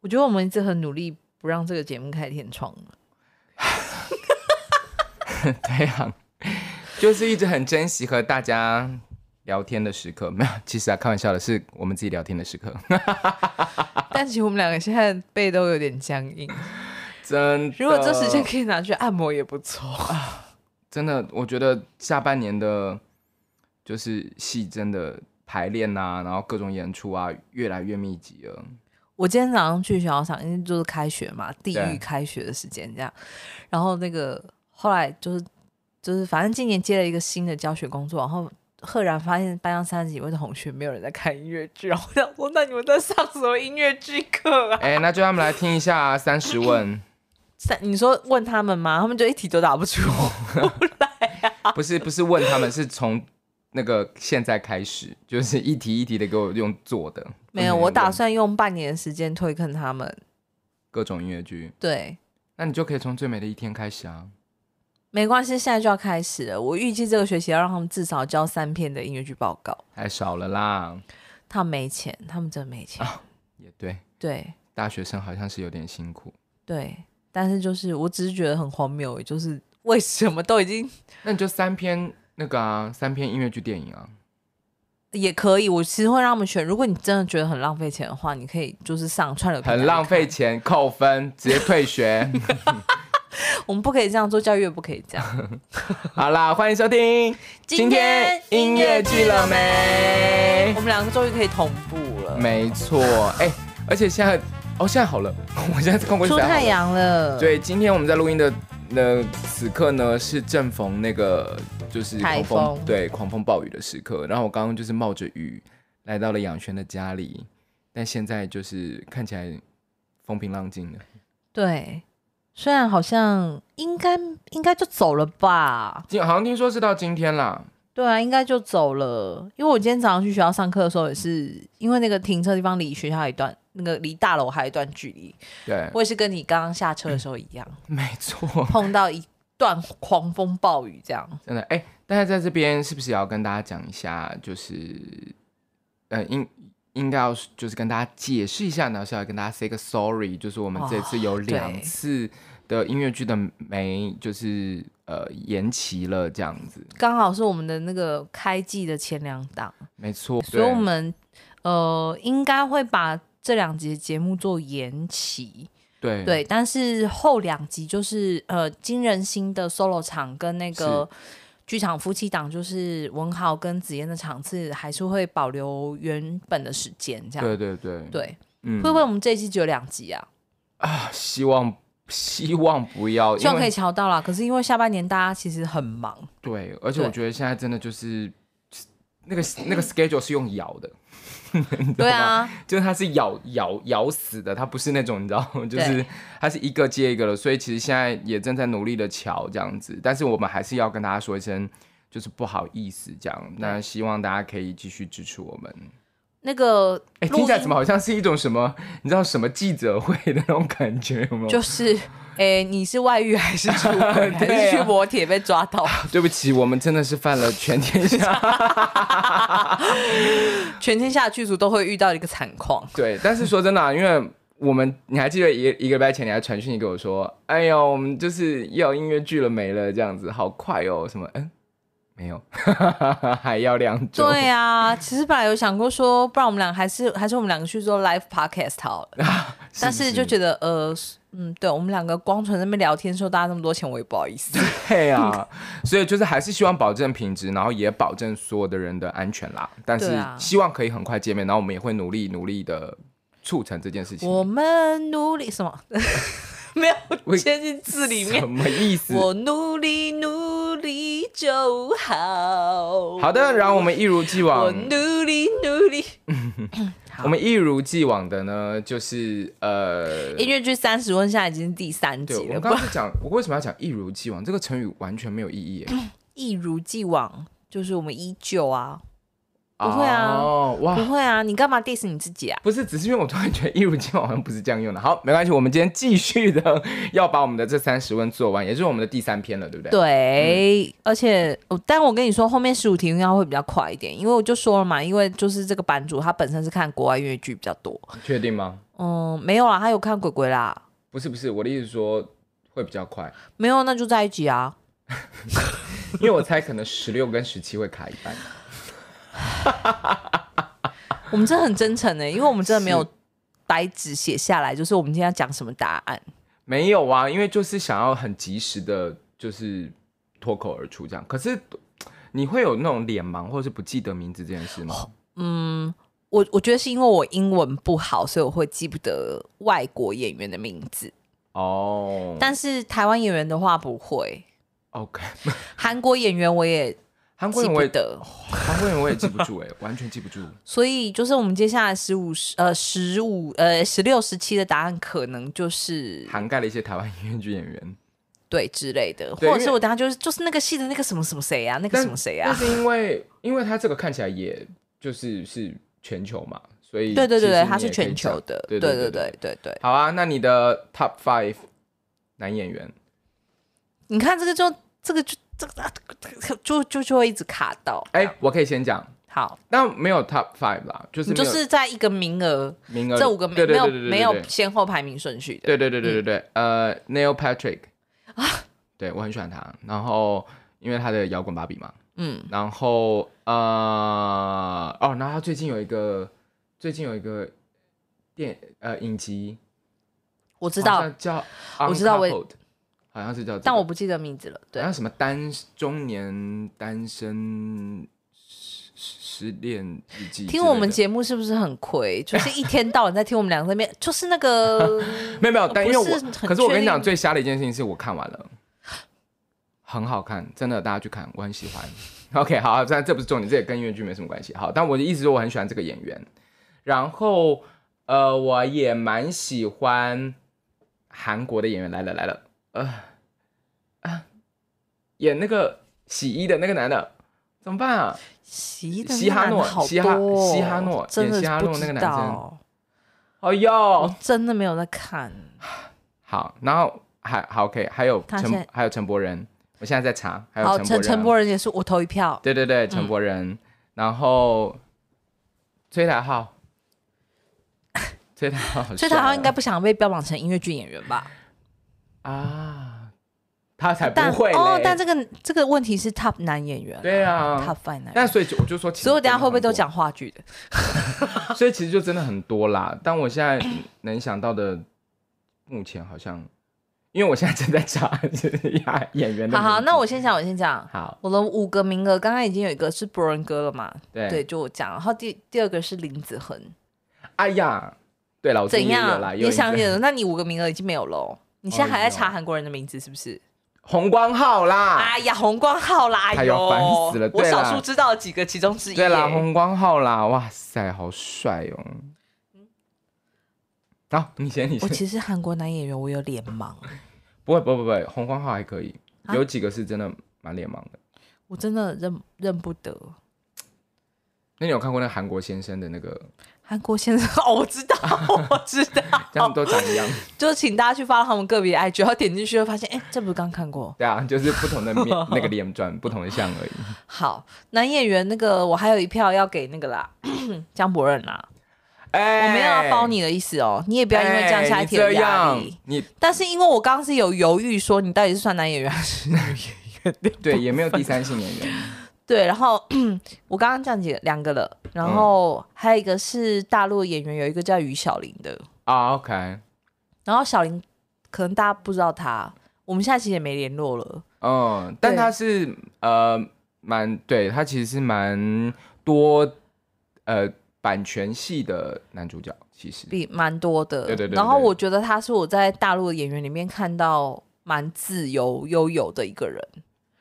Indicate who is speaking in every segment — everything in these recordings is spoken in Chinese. Speaker 1: 我觉得我们一直很努力，不让这个节目开天窗了。
Speaker 2: 对啊， 就是一直很珍惜和大家聊天的时刻。没 有，其实啊，开玩笑的是我们自己聊天的时刻，
Speaker 1: 但其实我们两个现在背都有点僵硬。
Speaker 2: 真的。
Speaker 1: 如果这时
Speaker 2: 呃
Speaker 1: 间可以拿去按摩也不错。
Speaker 2: 真的，我觉得下半年的，就是戏真的排练啊，然后各种演出啊，越来越密集了。
Speaker 1: 我今天早上去学校上，因为就是开学嘛，地
Speaker 2: 对
Speaker 1: 狱开学的时间这样。然后那个后来就是就是，反正今年接了一个新的教学工作，然后赫然发现班上三十几位同学没有人在看音乐剧，然后我想说，那你们在上什么音乐剧课啊？
Speaker 2: 哎、那就让他们来听一下《 三十问
Speaker 1: 三，你说问他们吗？他们就一题都答不出来啊。》，
Speaker 2: 不是不是问他们，是从那个现在开始，就是一题一题的给我用做的。
Speaker 1: 没有，我打
Speaker 2: 问
Speaker 1: 算用半年的时间推坑他们。
Speaker 2: 各种音乐剧，
Speaker 1: 对，
Speaker 2: 那你就可以从最美的一天开始啊。
Speaker 1: 没关系，现在就要开始了。我预计这个学期要让他们至少交三篇的音乐剧报告。
Speaker 2: 太少了啦，
Speaker 1: 他们没钱，他们真的没钱。
Speaker 2: 啊也对，
Speaker 1: 对
Speaker 2: 大学生好像是有点辛苦。
Speaker 1: 对，但是就是，我只是觉得很荒谬，欸就是为什么都已经
Speaker 2: 那你就三篇那个啊，三篇音乐剧电影啊。
Speaker 1: 也可以。我其实会让他们选。如果你真的觉得很浪费钱的话，你可以就是上串流平台
Speaker 2: 很浪费
Speaker 1: 看。
Speaker 2: 钱，扣分，直接退学。
Speaker 1: 我们不可以这样做，教育也不可以这 样。
Speaker 2: 好啦，欢迎收听。今天音乐剧了没
Speaker 1: 我？们两个终于可以同步了，
Speaker 2: 没错，哎、而且现在，哦，现在好了， 我现在看过去
Speaker 1: 出
Speaker 2: 才好了
Speaker 1: 太。阳了。，
Speaker 2: 对，今天我们在录音的呃此刻呢，是正逢那个就是
Speaker 1: 台
Speaker 2: 狂风，
Speaker 1: 风
Speaker 2: 对，狂风暴雨的时刻。然后我刚刚就是冒着雨来到了养轩的家里，但现在就是看起来风平浪静的。
Speaker 1: 对，虽然好像应该应该就走了吧。
Speaker 2: 今好像听说是到今天啦，
Speaker 1: 对啊，应该就走了。因为我今天早上去学校上课的时候，也是因为那个停车地方离学校还有一段，那个离大楼还有一段距离。
Speaker 2: 对，
Speaker 1: 我也是跟你刚刚下车的时候一样，
Speaker 2: 没错。
Speaker 1: 碰到一段狂风暴雨这样。
Speaker 2: 真的哎、但是在这边是不是也要跟大家讲一下，就是呃应应该要是就是跟大家解释一下，然后是要跟大家 say 个 sorry，就是我们这次有两
Speaker 1: 哦对
Speaker 2: 次的音乐剧的没就是呃延期了这样子，
Speaker 1: 刚好是我们的那个开季的前两档，
Speaker 2: 没错，
Speaker 1: 所以
Speaker 2: 对
Speaker 1: 我们呃应该会把这两集的节目做延期。
Speaker 2: 对
Speaker 1: 对，但是后两集就是呃金仁心的 solo 场跟那个剧场夫妻档，就是文豪跟紫嫣的场次，还是会保留原本的时间这样。
Speaker 2: 对对对，
Speaker 1: 对，
Speaker 2: 嗯
Speaker 1: 会不会我们这一期只有两集啊？
Speaker 2: 啊希望希望不要，
Speaker 1: 希
Speaker 2: 哦因
Speaker 1: 望可以
Speaker 2: 为
Speaker 1: 瞧到啦。可是因为下半年大家其实很 忙，
Speaker 2: 对，而且我
Speaker 1: 对
Speaker 2: 觉得现在真的就是。那个那个 schedule 是用咬的，
Speaker 1: 对啊，
Speaker 2: 就是它是咬咬咬死的，它不是那种你知道， 就是
Speaker 1: 对
Speaker 2: 它是一个接一个的，所以其实现在也正在努力的瞧这样子，但是我们还是要跟大家说一声，就是不好意思这样，那希望大家可以继续支持我们。
Speaker 1: 那个
Speaker 2: 哎、
Speaker 1: 录
Speaker 2: 听起来
Speaker 1: 音
Speaker 2: 怎么好像是一种什么，你知道什么记者会的那种感觉有没有？
Speaker 1: 就是， 诶，你是外遇还是出轨，还
Speaker 2: 对啊
Speaker 1: 是去磨铁被抓到？
Speaker 2: 对不起，我们真的是犯了全天下
Speaker 1: 全天下的剧组都会遇到一个惨况。
Speaker 2: 对，但是说真的、啊，因为我们你还记得一一个礼拜前你还传讯息给我说，哎呦，我们就是要音乐剧了没了这样子，好快哦，什么嗯没有， 还要两周。
Speaker 1: 对啊，其实本来有想过说，不然我们俩还是还是我们两个去做 live podcast 好了。
Speaker 2: 是
Speaker 1: 但
Speaker 2: 不
Speaker 1: 是就觉得呃，嗯，对我们两个光纯在那边聊天收大家那么多钱，我也不好意思。
Speaker 2: 对啊，所以就是还是希望保证品质，然后也保证所有的人的安全啦。但
Speaker 1: 对
Speaker 2: 是
Speaker 1: 啊
Speaker 2: 希望可以很快见面，然后我们也会努力努力的促成这件事情。
Speaker 1: 我们努力什么？ 没有，
Speaker 2: 喂
Speaker 1: 先进字里面
Speaker 2: 什，么意思？
Speaker 1: 我努力努力就好。
Speaker 2: 好的，然后我们一如既
Speaker 1: 我
Speaker 2: 往，
Speaker 1: 努力努力。
Speaker 2: 我们一如既往的呢，就是呃，
Speaker 1: 音乐剧三十问现在已经是第三
Speaker 2: 对，
Speaker 1: 集了，
Speaker 2: 我们
Speaker 1: 不
Speaker 2: 刚刚是讲，我为什么要讲一如既往？这个成语完全没有意义耶。
Speaker 1: 一如既往，就是我们依旧啊， 不会啊
Speaker 2: 哦，哇，
Speaker 1: 不会啊，你干嘛 diss 你自己啊？
Speaker 2: 不是，只是因为我突然觉得一如既往好像不是这样用的。好，没关系，我们今天继续的 要把我们的这三十问做完，也就是我们的第三篇了，对不对？。
Speaker 1: 对，而且，哦但我跟你说，后面十五题应该会比较快一点，因为我就说了嘛，因为就是这个版主他本身是看国外音乐剧比较多，
Speaker 2: 确定吗？
Speaker 1: 嗯，没有啦，他有看鬼鬼啦，
Speaker 2: 不是不是，我的意思是说会比较快，
Speaker 1: 没有那就在一起啊，
Speaker 2: 因为我猜可能十六跟十七会卡一半。
Speaker 1: 我们真的很真诚的、欸因为我们真的没有白纸写下来，就是我们今天要讲什么答案，
Speaker 2: 没有啊，因为就是想要很及时的，就是脱口而出这样。可是你会有那种脸盲或是不记得名字这件事吗？
Speaker 1: 嗯。我我觉得是因为我英文不好，所以我会记不得外国演员的名字，
Speaker 2: 哦、
Speaker 1: 但是台湾演员的话不会，
Speaker 2: o k
Speaker 1: 韩国演员我也
Speaker 2: 韩国
Speaker 1: 记
Speaker 2: 人我
Speaker 1: 不
Speaker 2: 也
Speaker 1: 得。
Speaker 2: 韩国人我也记不住哎、 完全记不住。
Speaker 1: 所以就是我们接下来十五十呃十五呃十六十七的答案可能就是
Speaker 2: 涵盖了一些台湾音乐剧演 员，
Speaker 1: 对之类的，或
Speaker 2: 对
Speaker 1: 者
Speaker 2: 因
Speaker 1: 是
Speaker 2: 为
Speaker 1: 我等下就是就是那个戏的那个什么什么谁啊，那个
Speaker 2: 但
Speaker 1: 什么谁
Speaker 2: 但
Speaker 1: 啊，
Speaker 2: 是因为因为他这个看起来也就是是全球嘛，所以
Speaker 1: 对对对
Speaker 2: 其实
Speaker 1: 对，
Speaker 2: 你
Speaker 1: 它
Speaker 2: 也
Speaker 1: 是
Speaker 2: 可以
Speaker 1: 全
Speaker 2: 讲
Speaker 1: 球的，
Speaker 2: 对
Speaker 1: 对
Speaker 2: 对
Speaker 1: 对对对。
Speaker 2: 好啊，那你的 Top Five 男演员，
Speaker 1: 你看这个就这个就这个啊这个就就就会一直卡到，
Speaker 2: 哎、我可以先讲，
Speaker 1: 好，
Speaker 2: 但没有 Top Five 啦，就是
Speaker 1: 你
Speaker 2: 没有
Speaker 1: 就是在一个名额
Speaker 2: 名额
Speaker 1: 这五个名
Speaker 2: 对
Speaker 1: 没
Speaker 2: 对
Speaker 1: 有
Speaker 2: 对对对
Speaker 1: 没
Speaker 2: 对
Speaker 1: 有嗯先后排名顺序的，
Speaker 2: 对对对对对对，呃，Neil Patrick
Speaker 1: 啊
Speaker 2: 对我很喜欢他，然后因为他的摇滚芭比嘛，
Speaker 1: 嗯，
Speaker 2: 然后呃哦，然后他最近有一个最近有一个电呃影集，
Speaker 1: 我知
Speaker 2: 好
Speaker 1: 道，
Speaker 2: 像叫
Speaker 1: 我知道我
Speaker 2: Uncoupled，好像是叫这个，
Speaker 1: 但我不记得名字了，对
Speaker 2: 好，像什么单中年单身失失恋日记之类的，
Speaker 1: 听我们节目是不是很亏？就是一天到晚在听我们两个在那边， 就是那个
Speaker 2: 没有没有，但因为
Speaker 1: 哦不
Speaker 2: 我
Speaker 1: 是很
Speaker 2: 可是我跟你
Speaker 1: 确
Speaker 2: 讲，
Speaker 1: 定
Speaker 2: 最瞎的一件事情是我看完了，很好看，真的，大家去看，我很喜欢。OK，好， 但这不是重点，这也跟音乐剧没什么关系。好，但我的意思是我很喜欢这个演员，然后呃，我也蛮喜欢韩国的演员，来了来了，呃啊，演那个洗衣的那个男的。怎么办啊？
Speaker 1: 席的
Speaker 2: 西哈
Speaker 1: 那个男的
Speaker 2: 诺
Speaker 1: 好
Speaker 2: 西哈
Speaker 1: 多哦
Speaker 2: 西哈诺
Speaker 1: 真
Speaker 2: 演西哈
Speaker 1: 的
Speaker 2: 诺
Speaker 1: 不知
Speaker 2: 那个男
Speaker 1: 道，
Speaker 2: 哎呦
Speaker 1: 我，真的没有在看。
Speaker 2: 好，然后还好 OK，还有
Speaker 1: 他现
Speaker 2: 陈
Speaker 1: 在
Speaker 2: 还有陈柏仁，我现在在查，还有
Speaker 1: 好，
Speaker 2: 陈
Speaker 1: 陈陈
Speaker 2: 柏
Speaker 1: 柏
Speaker 2: 仁，啊
Speaker 1: 仁也是我投一票，
Speaker 2: 对对对，陈柏仁，
Speaker 1: 嗯
Speaker 2: 然后崔台浩， 崔台浩，
Speaker 1: 所以他好像应该不想被标榜成音乐剧演员吧？
Speaker 2: 啊，他才不
Speaker 1: 但
Speaker 2: 会嘞，
Speaker 1: 哦，但这个这个问题是 top 男演员，
Speaker 2: 对啊
Speaker 1: ，top five 男演
Speaker 2: 但
Speaker 1: 员。
Speaker 2: 所以就我就说，其实
Speaker 1: 所以我等一下
Speaker 2: 真的
Speaker 1: 会不会
Speaker 2: 很多
Speaker 1: 都？讲话剧的？
Speaker 2: 所以其实就真的很多啦，但我现在能想到的，目前好像，因为我现在正在查就是演演员的
Speaker 1: 好
Speaker 2: 名字，
Speaker 1: 好，那我先讲，我先讲。
Speaker 2: 好
Speaker 1: 我的五个名额，刚刚已经有一个是博仁哥了嘛？
Speaker 2: 对
Speaker 1: 对，就我讲。然后第第二个是林子恒，
Speaker 2: 哎呀，对了，我最
Speaker 1: 怎
Speaker 2: 近也有啦，
Speaker 1: 样？
Speaker 2: 有
Speaker 1: 你
Speaker 2: 一
Speaker 1: 想
Speaker 2: 个哦
Speaker 1: 演的，那你五个名额已经没有喽。你现在还在
Speaker 2: 啊
Speaker 1: 查韩国人的名字是不是？
Speaker 2: 红光浩啦，
Speaker 1: 哎呀，洪光浩啦！哎
Speaker 2: 哎
Speaker 1: 呦
Speaker 2: 呦，啊烦死了
Speaker 1: 我
Speaker 2: 对啦
Speaker 1: 少数知道几个其中之一。
Speaker 2: 对啦，，红光浩啦，哇塞，好帅哦！好、你先，你
Speaker 1: 嗯我
Speaker 2: 先，
Speaker 1: 其实韩国男演员我有脸盲，
Speaker 2: 不会，不会，不会，红光浩还可以，
Speaker 1: 啊
Speaker 2: 有几个是真的蛮脸盲的。
Speaker 1: 我真的认认不得。
Speaker 2: 那你有看过那韩国先生的那个，
Speaker 1: 韩国先生， 哦，我知 道，我知道，
Speaker 2: 这样都长 一样？
Speaker 1: 就请大家去发他们个别 IG，然后点进去就发现，哎，这不是刚看过？
Speaker 2: 对啊，就是不同的面，那个脸转不同的像而已。
Speaker 1: 好，男演员那个我还有一票要给那个啦， 江博仁啦，
Speaker 2: 哎
Speaker 1: 我没有要包，你的意思哦，你也不
Speaker 2: 不
Speaker 1: 要因为这样下一题有
Speaker 2: 这
Speaker 1: 压
Speaker 2: 样
Speaker 1: 力。，
Speaker 2: 哎你
Speaker 1: 但是因为我刚刚是有犹豫说你到底是算男演员还是女演员，
Speaker 2: 对也没有第三性演员，
Speaker 1: 对，然后我刚刚这样几个两个了，
Speaker 2: 嗯
Speaker 1: 然后还有一个是大陆的演员，有一个叫于小玲的，
Speaker 2: 啊，OK，
Speaker 1: 然后小玲可能大家不知道她，我们现在其实也没联络了，
Speaker 2: 嗯，但
Speaker 1: 对
Speaker 2: 他是呃蛮对他其实是蛮多呃版权系的男主角，其实
Speaker 1: 比蛮多的，
Speaker 2: 对对对对
Speaker 1: 然后我觉得她是我在大陆的演员里面看到蛮自由悠游的一个人，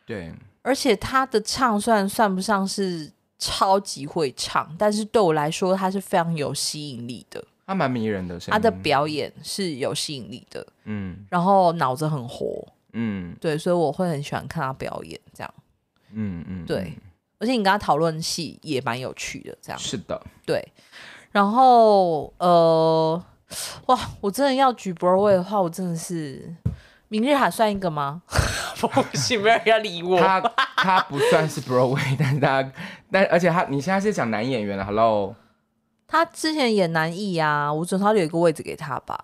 Speaker 2: 对
Speaker 1: 而且她的唱虽然算不上是超级会唱，但是对我来说她是非常有吸引力的，
Speaker 2: 他蛮迷人的声音，
Speaker 1: 她的表演是有吸引力的，
Speaker 2: 嗯
Speaker 1: 然后脑子很活。
Speaker 2: 嗯
Speaker 1: 对，所以我会很喜欢看他表演这样。
Speaker 2: 嗯嗯，
Speaker 1: 对
Speaker 2: 嗯
Speaker 1: 而而且你跟他讨论戏也蛮有趣的，这样
Speaker 2: 是的，
Speaker 1: 对。然后呃，哇，我真的要举 Broadway 的话，我真的是明日海算一个吗？ 不行，没有人要理我
Speaker 2: 他他不算是 Broadway，但是 他但而且他你现在是讲男演员了，Hello，啊
Speaker 1: 他之前演南艺啊，我总要留一个位置给他吧。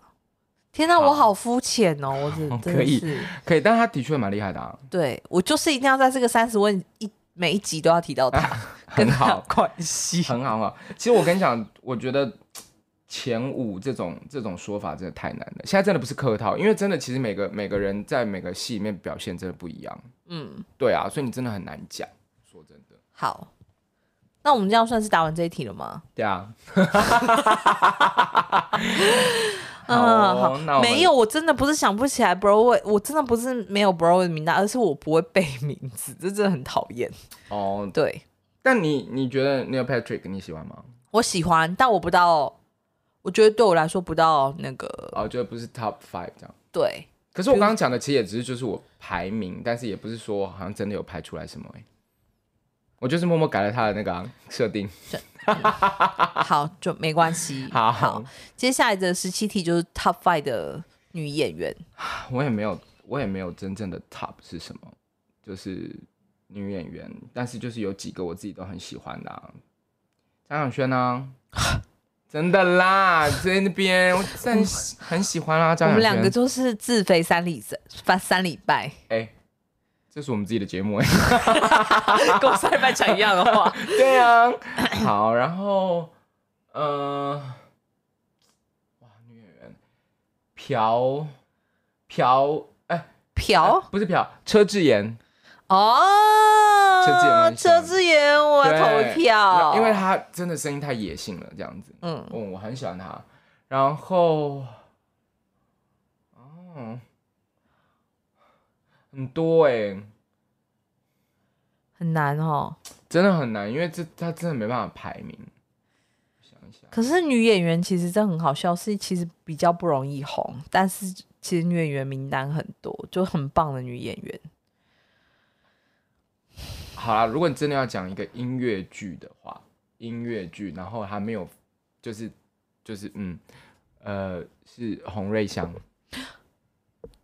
Speaker 1: 天哪，
Speaker 2: 好
Speaker 1: 我好肤浅哦！我真真
Speaker 2: 可
Speaker 1: 的
Speaker 2: 以
Speaker 1: 是，
Speaker 2: 可以，但他的确蛮厉害的、啊，
Speaker 1: 对我就是一定要在这个三十问一每一集都要提到 他，跟
Speaker 2: 很
Speaker 1: 他有
Speaker 2: 好，
Speaker 1: 关系。
Speaker 2: 很好很好。其实我跟你讲，我觉得前五这种这种说法真的太难了。现在真的不是客套，因为真的其实每个每个人在每个戏里面表现真的不一样。
Speaker 1: 嗯，
Speaker 2: 对啊，所以你真的很难讲。说真的，
Speaker 1: 好，那我们这样算是答完这一题了吗？
Speaker 2: 对 啊。好
Speaker 1: 嗯，
Speaker 2: 哦
Speaker 1: 好，
Speaker 2: 那我们
Speaker 1: 没有，我真的不是想不起来 Broadway，我真的不是没有 Broadway 的名单，而是我不会背名字， 这真的很讨厌。
Speaker 2: 哦。
Speaker 1: 对
Speaker 2: 但你你觉得 Neil Patrick 你喜欢吗？
Speaker 1: 我喜欢，但我不到，我觉得对我来说不到那个
Speaker 2: 哦，就不是 Top Five 这样。
Speaker 1: 对。
Speaker 2: 可是我刚刚讲的其实也只是就是我排名，但是也不是说好像真的有排出来什么哎、我就是默默改了他的那个啊、设定。
Speaker 1: 好，就没关系。
Speaker 2: 好
Speaker 1: 接下来的十七题就是 Top Five 的女演员。
Speaker 2: 我也没有，我也没有真正的 top 是什么，就是女演员，但是就是有几个我自己都很喜欢的、啊，张小轩啊， 真的啦，在那边我真喜很喜欢啊，
Speaker 1: 我
Speaker 2: 张小
Speaker 1: 们
Speaker 2: 轩。
Speaker 1: 两个就是自肥三礼三三礼 拜，
Speaker 2: 哎、这是我们自己的节目哎、
Speaker 1: 跟我上礼拜讲一样的 话。
Speaker 2: 对啊，好，然后，呃，哇，女演员，朴朴，哎、
Speaker 1: 朴
Speaker 2: 不是朴，车智妍。
Speaker 1: 哦，
Speaker 2: 车志妍我很喜欢
Speaker 1: 车志妍，我要投票，
Speaker 2: 对因为他真的声音太野性了，这样子。
Speaker 1: 嗯
Speaker 2: 嗯，我很喜欢他。然后，哦，很多哎、
Speaker 1: 很难哦。
Speaker 2: 真的很难，因为这他真的没办法排名。想一想，
Speaker 1: 可是女演员其实真的很好笑，是其实比较不容易红，但是其实女演员名单很多，就很棒的女演员。
Speaker 2: 好啦，如果你真的要讲一个音乐剧的话，音乐剧，然后还没有，就是就是嗯，呃，是洪瑞香。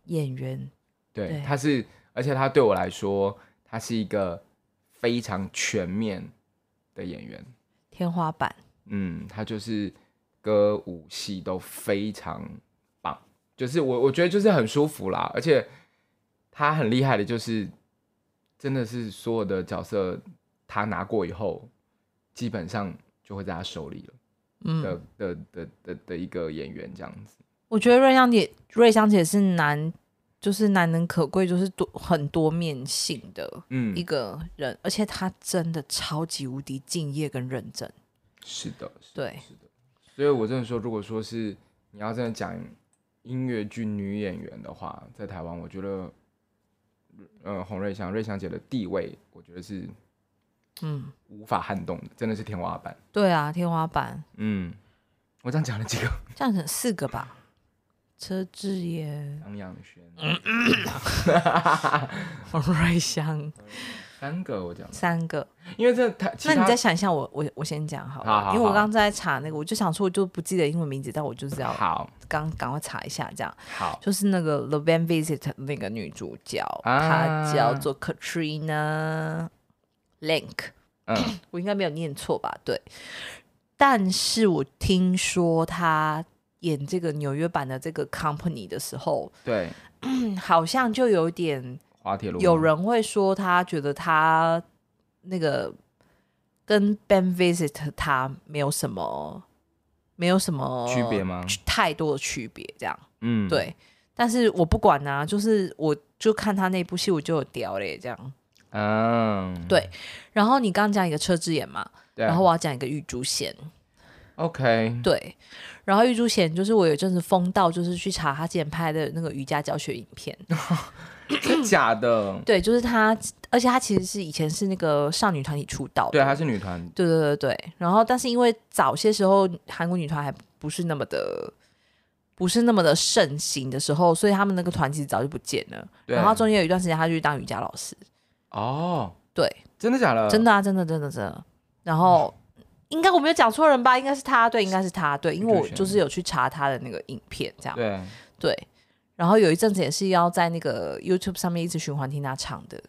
Speaker 1: 演员
Speaker 2: 对
Speaker 1: 对，
Speaker 2: 他是，而且他对我来说，他是一个非常全面的演员。
Speaker 1: 天花板，
Speaker 2: 嗯，他就是歌舞戏都非常棒，就是我我觉得就是很舒服啦，而且他很厉害的，就是真的是所有的角色他拿过以后，基本上就会在他手里了
Speaker 1: 嗯，
Speaker 2: 的、的的的的一个演员这样子。
Speaker 1: 我觉得瑞香姐，瑞香姐是难，就是难能可贵，就是多很多面性的
Speaker 2: 嗯
Speaker 1: 一，个人，而且她真的超级无敌敬业跟认真。
Speaker 2: 是的，是的
Speaker 1: 对，
Speaker 2: 是的。所以我真的说，如果说是你要真的讲音乐剧女演员的话，在台湾，我觉得，呃，洪瑞祥、瑞祥姐的地位，我觉得是
Speaker 1: 嗯，
Speaker 2: 无法撼动的，真的是天花板。
Speaker 1: 对啊，天花板，
Speaker 2: 嗯，我这样讲了几个，
Speaker 1: 这样子四个吧，车志 妍、
Speaker 2: 杨洋轩，
Speaker 1: 瑞香
Speaker 2: 三个我讲了，
Speaker 1: 三个。
Speaker 2: 因为这他，其
Speaker 1: 那你
Speaker 2: 他
Speaker 1: 再想一下我，我我先讲好了，
Speaker 2: 好好
Speaker 1: 因为我
Speaker 2: 好
Speaker 1: 刚刚在查那个，我就想说我就不记得英文名字，但我就是要
Speaker 2: 好
Speaker 1: 刚赶快查一下这样。
Speaker 2: 好
Speaker 1: 就是那个《The Van Visit》那个女主角，
Speaker 2: 啊
Speaker 1: 她叫做 Katrina Link，
Speaker 2: 嗯
Speaker 1: 我应该没有念错吧？对。但是我听说她演这个纽约版的这个 Company 的时候，
Speaker 2: 对，
Speaker 1: 嗯好像就有点
Speaker 2: 滑铁卢
Speaker 1: 有
Speaker 2: 吗
Speaker 1: 人会说她觉得她那个跟 Van Visit 她没有什么没有什么
Speaker 2: 区别吗？
Speaker 1: 太多的区别这样。
Speaker 2: 嗯，，
Speaker 1: 哦对，但是我不管啊，就是我就看他那部戏，我就有屌嘞这样。
Speaker 2: 嗯，
Speaker 1: 对然后你刚刚讲一个车之眼嘛，
Speaker 2: 对，啊
Speaker 1: 然后我要讲一个玉珠贤，
Speaker 2: OK，
Speaker 1: 对，然后玉珠贤就是我有一阵子疯到，就是去查他之前拍的那个瑜伽教学影 片，
Speaker 2: 真假的，
Speaker 1: 对，就是他，而且他其实是以前是那个少女团体出道的，
Speaker 2: 对，她啊是女团，
Speaker 1: 对对对对，然后但是因为早些时候韩国女团还不是那么的，不是那么的盛行的时候，所以他们那个团其实早就不见了。
Speaker 2: 对
Speaker 1: 然后中间有一段时间，她就去当瑜伽老师。
Speaker 2: 哦，
Speaker 1: 对，
Speaker 2: 真的假的？
Speaker 1: 真的啊，真的真的真的。然后应该我没有讲错人吧？应该是他，对，应该是他，对，因为我就是有去查他的那个影片，这样
Speaker 2: 对，
Speaker 1: 对。然后有一阵子也是要在那个 YouTube 上面一直循环听他唱的，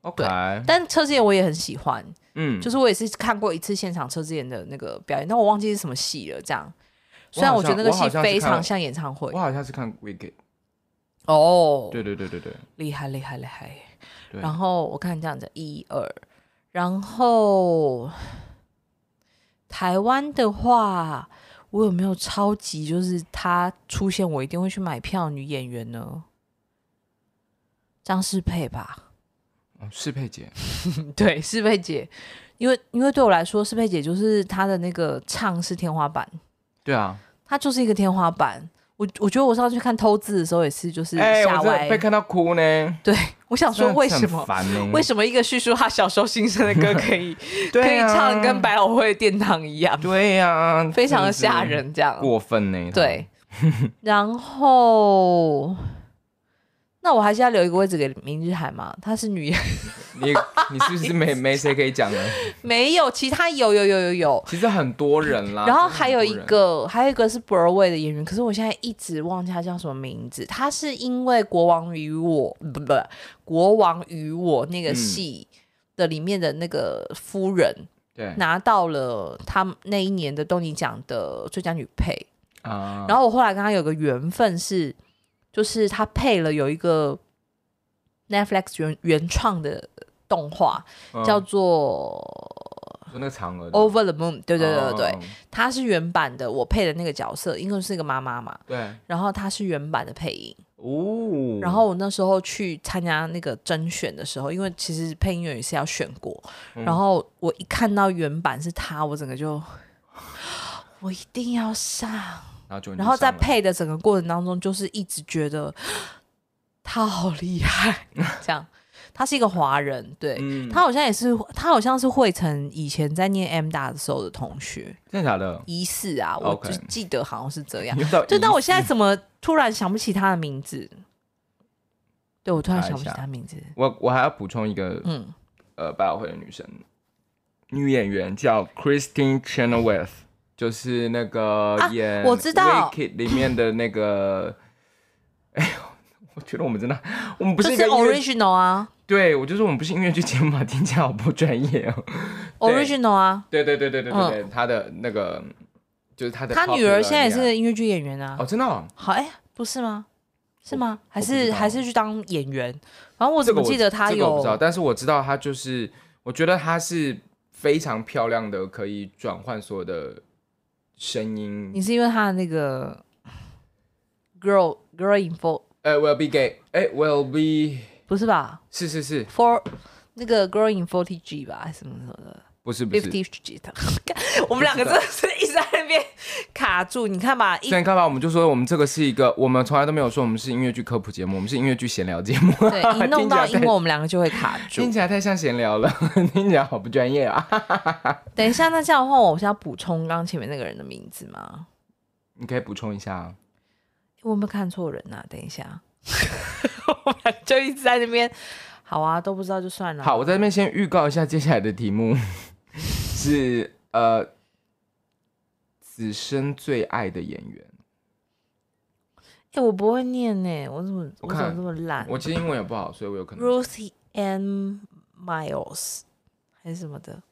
Speaker 2: OK，
Speaker 1: 但车之眼我也很喜欢，
Speaker 2: 嗯，
Speaker 1: 就是是我也是看过一次现场车之眼的那个表演，但我忘记是什么戏了。这样，虽然
Speaker 2: 我
Speaker 1: 我觉
Speaker 2: 好像
Speaker 1: 得那个
Speaker 2: 我好
Speaker 1: 戏
Speaker 2: 像是
Speaker 1: 非
Speaker 2: 看
Speaker 1: 常像演唱会
Speaker 2: 我好像是看 Wicked，
Speaker 1: 哦，
Speaker 2: 对对对对对，
Speaker 1: 厉害厉害厉害。
Speaker 2: 对
Speaker 1: 然后我看这样子一二，然后台湾的话，我有没有超级就是他出现我一定会去买票的女演员呢？张世佩吧。
Speaker 2: 哦适配姐，
Speaker 1: 对，适配姐，因为因为对我来说，适配姐就是她的那个唱是天花板，
Speaker 2: 对啊，
Speaker 1: 她就是一个天花板。我我觉得我上次去看偷字的时候也是，就是
Speaker 2: 哎，我
Speaker 1: 吓
Speaker 2: 真的
Speaker 1: 歪。
Speaker 2: 被看到哭呢，
Speaker 1: 对，我想
Speaker 2: 真
Speaker 1: 说
Speaker 2: 的
Speaker 1: 为什
Speaker 2: 很
Speaker 1: 么？
Speaker 2: 烦呢？
Speaker 1: 为什么一个叙述他小时候心声的歌可以、
Speaker 2: 对
Speaker 1: 可以
Speaker 2: 啊
Speaker 1: 唱得跟百老汇殿堂一样，
Speaker 2: 对呀，
Speaker 1: 非常的
Speaker 2: 真是
Speaker 1: 吓，人，这样
Speaker 2: 过分呢，
Speaker 1: 对。然后，那我还是要留一个位置给明日海嘛，她是女演，
Speaker 2: 你你是不是没没谁可以讲了？
Speaker 1: 没有其他有有有有有，
Speaker 2: 其实很多人啦，
Speaker 1: 然后
Speaker 2: 啊真的很
Speaker 1: 还有
Speaker 2: 多
Speaker 1: 一
Speaker 2: 人，
Speaker 1: 个，还有一个是 Broadway 的演员，可是我现在一直忘记他叫什么名字。他是因为《国王与我》不不，《国王与我》那个
Speaker 2: 嗯
Speaker 1: 戏的里面的那个夫人、
Speaker 2: 对
Speaker 1: 拿到了他们那一年的东尼奖的最佳女配。
Speaker 2: 啊，
Speaker 1: 然后我后来跟他有个缘分是，就是他配了有一个 Netflix 原原创的动画，
Speaker 2: 后
Speaker 1: 叫做
Speaker 2: 就嗯那个嫦娥
Speaker 1: 《
Speaker 2: 的，
Speaker 1: Over the Moon》。对对对对对。
Speaker 2: 嗯
Speaker 1: 她是原版的我配的那个角色，因为是个妈妈嘛，
Speaker 2: 哦对，
Speaker 1: 然后她是原版的配音。
Speaker 2: 哦，
Speaker 1: 然后我那时候去参加那个甄选的时候，因为其实配音员也是要选过，
Speaker 2: 嗯
Speaker 1: 然后我一看到原版是她，我整个就。 我一定要上，
Speaker 2: 然后就
Speaker 1: 然后在配的整个过程当中，就是一直觉得 她好厉害，这样。她是一个华人，对、
Speaker 2: 嗯
Speaker 1: 她好像也是，她好像是惠成以前在念 M 大的时候的同学，
Speaker 2: 真的 假的？
Speaker 1: 疑似啊，我
Speaker 2: OK
Speaker 1: 就记得好像是这 样。
Speaker 2: 你到
Speaker 1: 对，但我
Speaker 2: 疑似
Speaker 1: 现在怎么突然想不起他的名字？对，我突然想不起
Speaker 2: 查一下
Speaker 1: 他名字。
Speaker 2: 我我还要补充一个
Speaker 1: 嗯，
Speaker 2: 呃百老汇的女生，女演员叫 Christine Chenoweth，就是那个
Speaker 1: 啊
Speaker 2: 演、
Speaker 1: 我知道
Speaker 2: Wicked 里面的那个，哎呦，我觉得我们真的，我们不
Speaker 1: 就是
Speaker 2: 一
Speaker 1: 是
Speaker 2: 个音乐，
Speaker 1: original 啊
Speaker 2: 对我就说我们不是音乐剧节目嘛，听起来好不专业哦。对
Speaker 1: ，original 啊，
Speaker 2: 对对对对对对对，她的那个就是她的 popular
Speaker 1: 他
Speaker 2: 那样，
Speaker 1: 女儿现在也是个音乐剧演员啊
Speaker 2: 哦，。真的、哦，
Speaker 1: 好，哎，不是吗？是吗？还
Speaker 2: 不知
Speaker 1: 是
Speaker 2: 道
Speaker 1: 还是去当演员？反正我
Speaker 2: 这
Speaker 1: 怎
Speaker 2: 个
Speaker 1: 么
Speaker 2: 我
Speaker 1: 记得他
Speaker 2: 这个我
Speaker 1: 有
Speaker 2: 不知道，但是我知道她就是，我觉得她是非常漂亮的，可以转换所有的声音
Speaker 1: 你。是因为他的那个 girl girl info
Speaker 2: 呃、w i l l be gay，哎、w i l l be，
Speaker 1: 不是吧
Speaker 2: 是是是，
Speaker 1: ？for 那个 girl in forty G 吧，还是什么什么的。
Speaker 2: 不是不是。
Speaker 1: fifty 吉他，我们两个真的是一直在那边卡住。你看吧， 一
Speaker 2: 虽然看吧，我们就说我们这个是一个，我们从来都没有说我们是音乐剧科普节目，我们是音乐剧闲聊节目。
Speaker 1: 对一弄到
Speaker 2: 听起来
Speaker 1: 英
Speaker 2: 太
Speaker 1: 文，我们两个就会卡住
Speaker 2: 听。起来太像闲聊了，听起来好不专业啊！
Speaker 1: 等一下，那这样的话，我是要补充刚前面那个人的名字吗？
Speaker 2: 你可以补充一下啊，
Speaker 1: 我有没有看错人啊？等一 下，我们俩就一直在那边。好啊，都不知道就算了。
Speaker 2: 好，我在这边先预告一下接下来的题目是呃，此生最爱的演员。
Speaker 1: 哎、我不会念呢、我怎么我
Speaker 2: 我看
Speaker 1: 怎么这么烂
Speaker 2: 我其实英文也不好，所以我有 可能。
Speaker 1: ？Ruthie and Miles 还是什么的？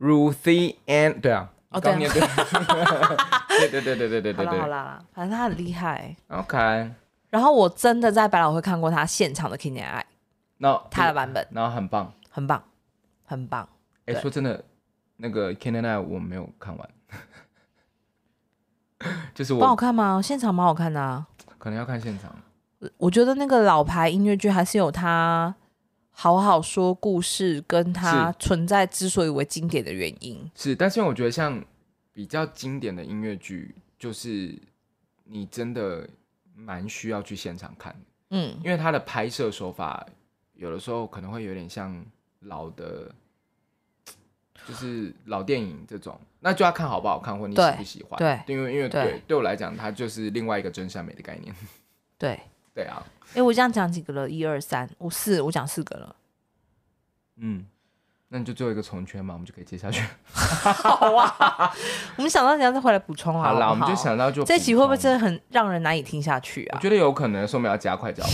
Speaker 2: Ruthie and 对啊，
Speaker 1: 哦对啊
Speaker 2: 刚念对，对 对对对对对
Speaker 1: 好啦
Speaker 2: 对
Speaker 1: 好
Speaker 2: 对。
Speaker 1: 啦啦，反正他很厉害。
Speaker 2: OK，
Speaker 1: 然后我真的在百老汇看过他现场的《King and I》。
Speaker 2: 那
Speaker 1: 他的版本
Speaker 2: 然后很棒。
Speaker 1: 很棒，很棒。
Speaker 2: 哎、
Speaker 1: 对
Speaker 2: 说真的，那个《Can and I》我没有看完， 就是
Speaker 1: 不好
Speaker 2: 我
Speaker 1: 看吗？现场蛮好看的啊。
Speaker 2: 可能要看现场。
Speaker 1: 我觉得那个老牌音乐剧还是有它好好说故事跟它存在之所以为经典的原因。
Speaker 2: 是，但是我觉得像比较经典的音乐剧，就是你真的蛮需要去现场看的，
Speaker 1: 嗯，
Speaker 2: 因为它的拍摄手法有的时候可能会有点像老的，就是老电影这种，那就要看好不好看或你喜
Speaker 1: 对
Speaker 2: 不喜欢。
Speaker 1: 对，
Speaker 2: 因为因为
Speaker 1: 对
Speaker 2: 对对我来讲，它就是另外一个真善美的概念。
Speaker 1: 对。
Speaker 2: 对啊，
Speaker 1: 哎，我这样讲几个了？一二三，我四，我讲四个了。
Speaker 2: 嗯，那你就最后一个重圈嘛，我们就可以接下去。
Speaker 1: 好啊，我们想到人家再回来补充
Speaker 2: 好
Speaker 1: 啦，
Speaker 2: 啦，
Speaker 1: 好
Speaker 2: 我们就想到就
Speaker 1: 这集会不会
Speaker 2: 普通
Speaker 1: 真的很让人难以听下去
Speaker 2: 我
Speaker 1: 啊？
Speaker 2: 觉得有可能，所以我们要加快脚步。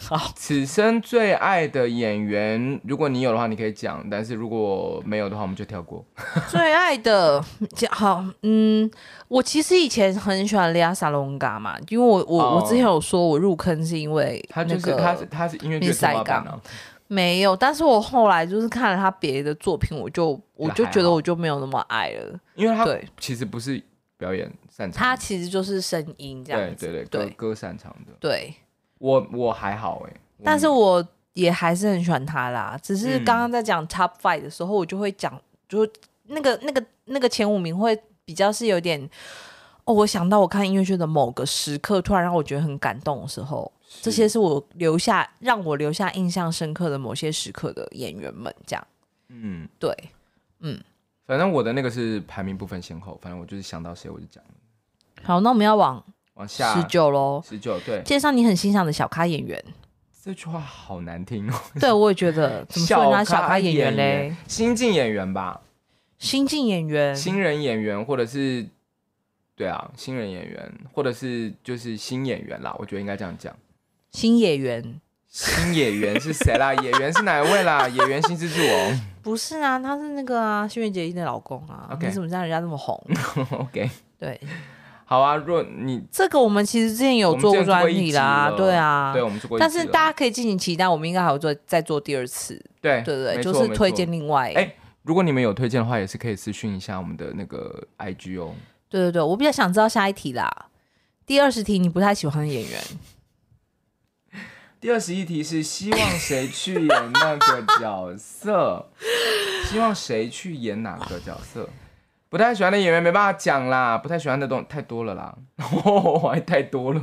Speaker 1: 好，
Speaker 2: 此生最爱的演员，如果你有的话，你可以讲；但是如果没有的话，我们就跳过。
Speaker 1: 最爱的， 好，嗯，我其实以前很喜欢利亚萨隆嘎嘛，因为我我、
Speaker 2: 哦
Speaker 1: 我之前有说我入坑是因为
Speaker 2: 他
Speaker 1: 那
Speaker 2: 就是、
Speaker 1: 个
Speaker 2: 他是他是音乐剧的天花板啊，
Speaker 1: 没有，但是我后来就是看了他别的作品，我就我就觉得我就没有那么爱了。
Speaker 2: 因为他
Speaker 1: 对
Speaker 2: 其实不是表演擅长
Speaker 1: 他
Speaker 2: 的，
Speaker 1: 其实就是声音这样
Speaker 2: 对
Speaker 1: 子，
Speaker 2: 对对歌
Speaker 1: 对
Speaker 2: 歌擅长的。
Speaker 1: 对
Speaker 2: 我我还好哎、我
Speaker 1: 但是我也还是很喜欢他啦。只是
Speaker 2: 嗯
Speaker 1: 刚刚在讲 top five 的时候，我就会讲，就是那个那个那个前五名会比较是有点，哦，我想到我看音乐剧的某个时刻，突然让我觉得很感动的时候，
Speaker 2: 是
Speaker 1: 这些是我留下让我留下印象深刻的某些时刻的演员们，这样
Speaker 2: 嗯，
Speaker 1: 对。
Speaker 2: 反正我的那个是排名不分先后，反正我就是想到谁我就讲。
Speaker 1: 好，那我们要往
Speaker 2: 往下
Speaker 1: 十九喽，
Speaker 2: 十九对，
Speaker 1: 介绍你很欣赏的小咖演 员。
Speaker 2: 这句话好难听哦。
Speaker 1: 对，我也觉得 怎么说人家小咖演员嘞？，嗯
Speaker 2: 新晋演员吧，
Speaker 1: 新晋演员，
Speaker 2: 新人演员或者是对啊，新人演员或者是就是新演员啦，我觉得应该这样讲。
Speaker 1: 新演员
Speaker 2: 新演员是 谁啦？演员是哪一位啦？演员新之助哦。
Speaker 1: 不是啊，他是那个啊，新垣结衣的老公啊。
Speaker 2: OK
Speaker 1: 你怎么知道人家那么 红？
Speaker 2: OK，
Speaker 1: 对，
Speaker 2: 好啊，若你
Speaker 1: 这个我们其实之前有做过专题啦，
Speaker 2: 我们之前做过一集了
Speaker 1: 对啊。
Speaker 2: 对我们做过一集
Speaker 1: 但
Speaker 2: 了，
Speaker 1: 是大家可以敬请期待，我们应该还会做再做第二次，
Speaker 2: 对
Speaker 1: 对不对？
Speaker 2: 没
Speaker 1: 就
Speaker 2: 错
Speaker 1: 是
Speaker 2: 没错
Speaker 1: 推荐另外，
Speaker 2: 哎如果你们有推荐的话，也是可以私讯一下我们的那个 IG 哦。
Speaker 1: 对对对，我比较想知道下一题啦。第二十题，你不太喜欢的演员，
Speaker 2: 第二十一题是希望谁去演那个角色？ 希望谁去演哪个角色？不太喜欢的演员没办法讲啦，不太喜欢的东太多了啦， 还太多了。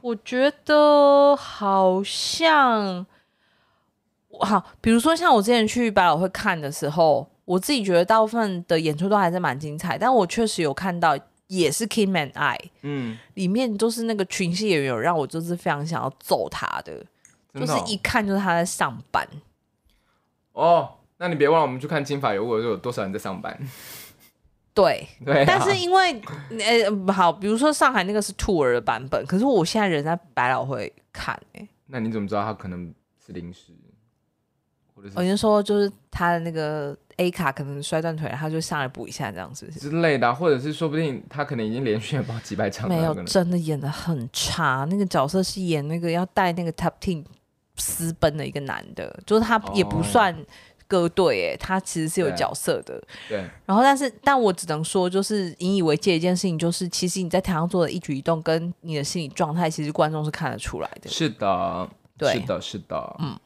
Speaker 1: 我觉得好像，我好，比如说像我之前去百老汇看的时候，我自己觉得大部分的演出都还是蛮精彩，但我确实有看到也是《Kim and I》
Speaker 2: 嗯，
Speaker 1: 里面就是那个群戏演员有让我就是非常想要揍他的，就
Speaker 2: 真的
Speaker 1: 是
Speaker 2: 哦
Speaker 1: 一看就是他在上班。
Speaker 2: 哦。那你别忘了，我们去看金发尤物，有多少人在上班？
Speaker 1: 对，
Speaker 2: 对啊、
Speaker 1: 但是因为呃好，比如说上海那个是 tour 的版本，可是我现在人在百老汇看、欸，
Speaker 2: 那你怎么知道他可能是临时，或者
Speaker 1: 我
Speaker 2: 是
Speaker 1: 就说哦就是他的那个 A 卡可能摔断腿了，他就上来补一下这样子。
Speaker 2: 之类的啊、或者是说不定他可能已经连续演几百场了，
Speaker 1: 没有
Speaker 2: 可，能
Speaker 1: 真的演的很差。那个角色是演那个要带那个 Top Team 私奔的一个男的，就是他也不
Speaker 2: 哦
Speaker 1: 算歌队，哎，他其实是有
Speaker 2: 对啊
Speaker 1: 角色的。
Speaker 2: 对，
Speaker 1: 然后，但是，但我只能说，就是引以为戒的一件事情，就是其实你在台上做的一举一动跟你的心理状态，其实观众是看得出来的。
Speaker 2: 是的，
Speaker 1: 对
Speaker 2: 是的，是的，
Speaker 1: 嗯
Speaker 2: 嗯。